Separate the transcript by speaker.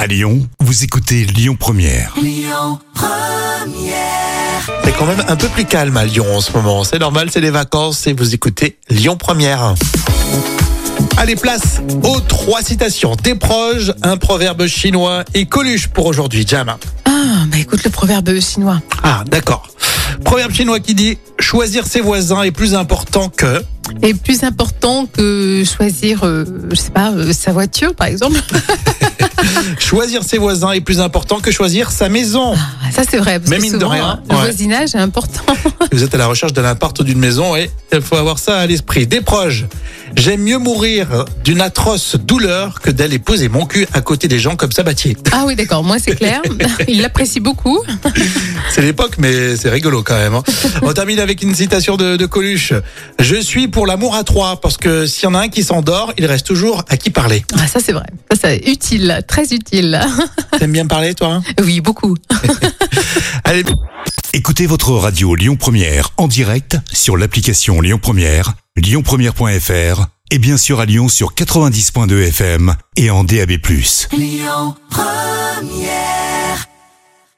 Speaker 1: À Lyon, vous écoutez Lyon Première.
Speaker 2: C'est quand même un peu plus calme à Lyon en ce moment. C'est normal, c'est les vacances et vous écoutez Lyon Première. Allez, place aux trois citations des proches, un proverbe chinois et Coluche pour aujourd'hui, Jam.
Speaker 3: Ah, bah écoute le proverbe chinois.
Speaker 2: Ah, d'accord. Proverbe chinois qui dit choisir ses voisins est plus important que.
Speaker 3: Et plus important que choisir, euh, je sais pas, euh, sa voiture par exemple.
Speaker 2: Choisir ses voisins est plus important que choisir sa maison.
Speaker 3: Ah, Ça c'est vrai, parce
Speaker 2: Mais
Speaker 3: que
Speaker 2: mine de
Speaker 3: souvent,
Speaker 2: rien,
Speaker 3: hein, le
Speaker 2: ouais.
Speaker 3: voisinage est important.
Speaker 2: Vous êtes à la recherche d'un appart ou d'une maison et il faut avoir ça à l'esprit. Des proches. J'aime mieux mourir d'une atroce douleur que d'aller poser mon cul à côté des gens comme Sabatier.
Speaker 3: Ah oui d'accord, moi c'est clair, il l'apprécie beaucoup.
Speaker 2: C'est l'époque, mais c'est rigolo quand même. hein. On termine avec une citation de, de Coluche. Je suis pour l'amour à trois, parce que s'il y en a un qui s'endort, il reste toujours à qui parler.
Speaker 3: Ah ça c'est vrai, ça c'est utile, très utile.
Speaker 2: T'aimes bien parler, toi hein
Speaker 3: Oui beaucoup.
Speaker 2: Allez,
Speaker 1: Écoutez votre radio Lyon Première en direct sur l'application Lyon Première, lyonpremière.fr et bien sûr à Lyon sur 90.2 FM et en DAB+.